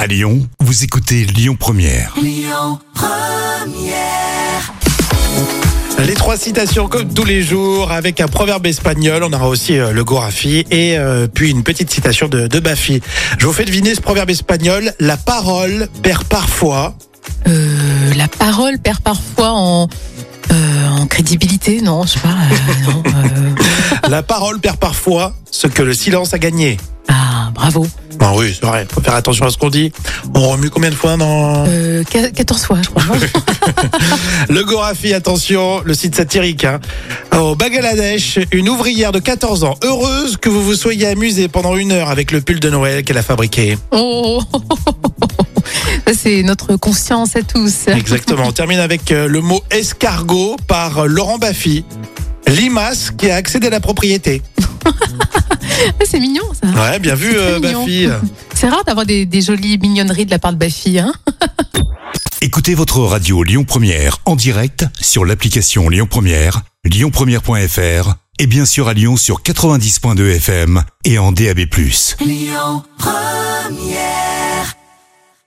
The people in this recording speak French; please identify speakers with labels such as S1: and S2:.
S1: À Lyon, vous écoutez Lyon Première.
S2: Les trois citations comme tous les jours avec un proverbe espagnol. On aura aussi euh, le Gorafi et euh, puis une petite citation de, de Baffy. Je vous fais deviner ce proverbe espagnol. La parole perd parfois.
S3: Euh, la parole perd parfois en, euh, en crédibilité, non, je sais pas. euh, non, euh,
S2: la parole perd parfois ce que le silence a gagné.
S3: ah, bravo.
S2: Ah oui, c'est vrai. Faut faire attention à ce qu'on dit. On remue combien de fois dans
S3: Euh, qua- 14 fois, je crois.
S2: le Gorafi Attention, le site satirique. hein. Au Bangladesh, une ouvrière de 14 ans, heureuse que vous vous soyez amusée pendant une heure avec le pull de Noël qu'elle a fabriqué.
S3: Oh. Ça, C'est notre conscience à tous.
S2: Exactement. On termine avec euh, le mot escargot par euh, Laurent Baffy. Limace qui a accédé à la propriété.
S3: Ah, C'est mignon, ça.
S2: Ouais, bien vu, euh,
S3: mignon.
S2: Baffy.
S3: C'est rare d'avoir des, des jolies mignonneries de la part de Baffy. Hein
S1: Écoutez votre radio Lyon Première en direct sur l'application Lyon Première, lyonpremière.fr et bien sûr à Lyon sur 90.2 FM et en DAB+.
S4: Lyon Première